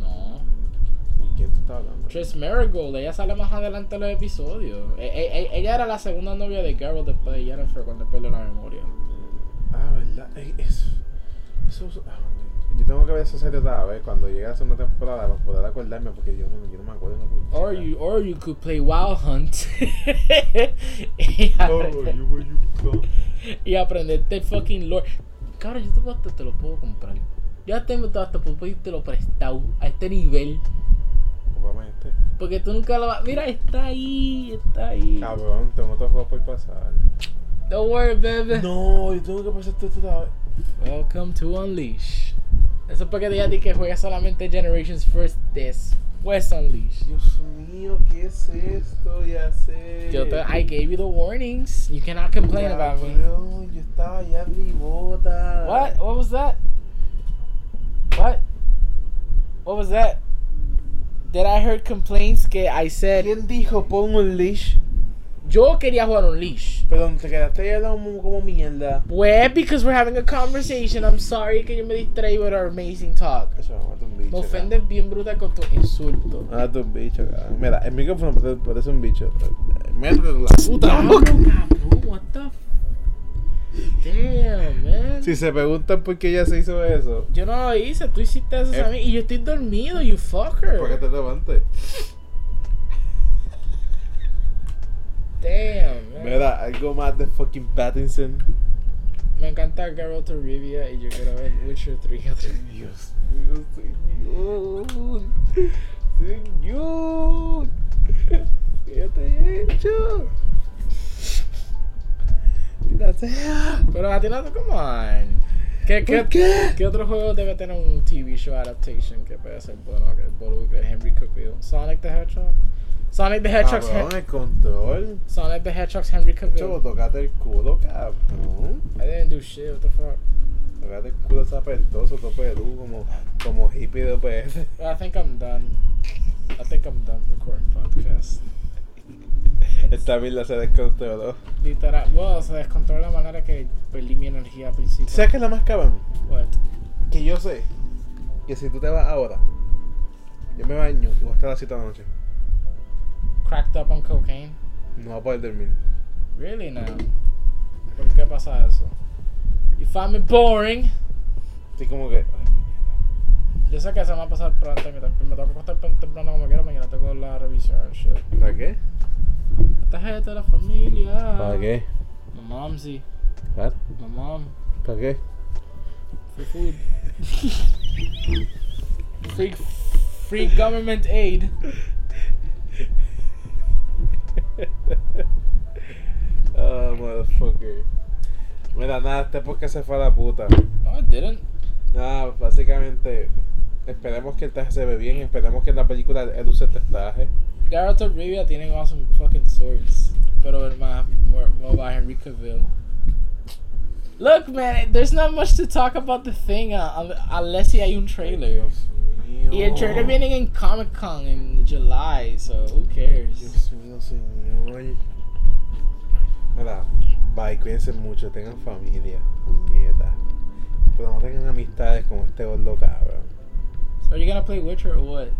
Speaker 2: No.
Speaker 1: ¿Y quién te está hablando?
Speaker 2: Tris Marigold, ella sale más adelante en los episodios. E- e- e- ella era la segunda novia de Carol después de Jennifer cuando perdió la memoria.
Speaker 1: Ah, verdad. Eh, Eso. Eso. ah, Yo tengo que ver esa serie otra vez cuando llegue la segunda temporada para poder acordarme porque yo no, yo no me acuerdo. No puedo.
Speaker 2: Or you, or you could play Wild Hunt.
Speaker 1: Oh, you were you come.
Speaker 2: y aprenderte el fucking lore. Cabrón, yo te, puedo- te lo puedo comprar. Yo hasta me hasta puedo lo prestado a este nivel.
Speaker 1: Comprame este.
Speaker 2: Porque tú nunca lo vas. Mira, está ahí, está ahí.
Speaker 1: Cabrón, tengo otro juego por pasar.
Speaker 2: Don't worry, baby.
Speaker 1: No, yo tengo que pasar esto otra vez.
Speaker 2: Welcome to Unleash. Eso es porque te dije que juegas solamente Generations First después Unleash.
Speaker 1: Dios mío, ¿qué es esto? Ya sé.
Speaker 2: Yo te, I gave you the warnings. You cannot complain about me.
Speaker 1: Cabrón, Yo estaba ya ribota.
Speaker 2: What? What was that? What? What was that? Did I heard complaints que I said
Speaker 1: ¿Quién dijo pon un leash?
Speaker 2: Yo quería jugar un um leash.
Speaker 1: Perdón, te quedaste ya como, como mierda.
Speaker 2: Pues, because we're having a conversation. I'm sorry que yo me distraí with our amazing talk.
Speaker 1: Eso, mata un bicho.
Speaker 2: Me
Speaker 1: acá.
Speaker 2: ofendes bien bruta con tu insulto.
Speaker 1: Mata un bicho, acá. Mira, el micrófono parece- parece un bicho. Mira, la puta
Speaker 2: Diablo,
Speaker 1: boca.
Speaker 2: cabrón, what the f- Damn, man.
Speaker 1: Si se preguntan por qué ella se hizo eso,
Speaker 2: Yo no lo hice, tú hiciste eso
Speaker 1: Eh.
Speaker 2: a mí y yo estoy dormido, you fucker.
Speaker 1: ¿para qué te levantes?
Speaker 2: Damn, man.
Speaker 1: Mira, algo más de fucking Pattinson.
Speaker 2: Me encanta Geralt de Rivia y yo quiero ver Witcher 3 otra vez.
Speaker 1: Dios mío, señor. Señor. ¿Qué te he hecho? La sea.
Speaker 2: Pero a ti no te come on. ¿Qué, qué,
Speaker 1: ¿Por qué?
Speaker 2: ¿Qué otro juego debe tener un TV show adaptation que puede ser bueno que involucre a Henry Cavill? Sonic the Hedgehog. Sonic the Hedgehog's
Speaker 1: Cabrón, el Ah, control.
Speaker 2: Sonic the Hedgehog's Henry
Speaker 1: Chavo,
Speaker 2: Cavill.
Speaker 1: tocate el culo, cabrón.
Speaker 2: I didn't do shit. What the fuck?
Speaker 1: Tocate el culo está apertoso, todo peludo, como, como hippie de OPS.
Speaker 2: Well, I think I'm done. I think I'm done recording podcast.
Speaker 1: Esta mierda se descontroló.
Speaker 2: Literal. Wow, se descontroló la manera que perdí mi energía al principio.
Speaker 1: ¿Sabes qué es la más cabrón?
Speaker 2: What?
Speaker 1: Que yo sé que si tú te vas ahora, yo me baño y voy a estar a las 7 de la noche.
Speaker 2: Cracked up on cocaine.
Speaker 1: No voy a poder dormir.
Speaker 2: Really now? ¿Por qué pasa eso? You find me boring.
Speaker 1: Estoy como que.
Speaker 2: Yo sé que se me va a pasar pronto, que tem- me tengo que acostar pen- temprano como quiera, mañana tengo la revisión and shit.
Speaker 1: ¿Para qué?
Speaker 2: Tarjeta de la familia.
Speaker 1: ¿Para qué?
Speaker 2: My momsy.
Speaker 1: ¿Para
Speaker 2: My mom.
Speaker 1: ¿Para qué?
Speaker 2: Free food. free, free government aid.
Speaker 1: Oh, motherfucker. Mira, nada, este podcast se fue a la puta.
Speaker 2: No, I didn't.
Speaker 1: Nada, básicamente, esperemos que el traje se ve bien, esperemos que en la película él use este traje.
Speaker 2: Garrett of Rivia tiene awesome fucking swords. Pero el más, more, more by Henry Cavill. Look, man, there's not much to talk about the thing uh, un- unless si hay un trailer.
Speaker 1: mío.
Speaker 2: Y el trailer viene en Comic Con en July, so who cares?
Speaker 1: Dios mío, señor. Mira, bye, cuídense mucho, tengan familia, puñeta. Pero no tengan amistades como este gordo cabrón.
Speaker 2: So
Speaker 1: Are you gonna play Witcher or what?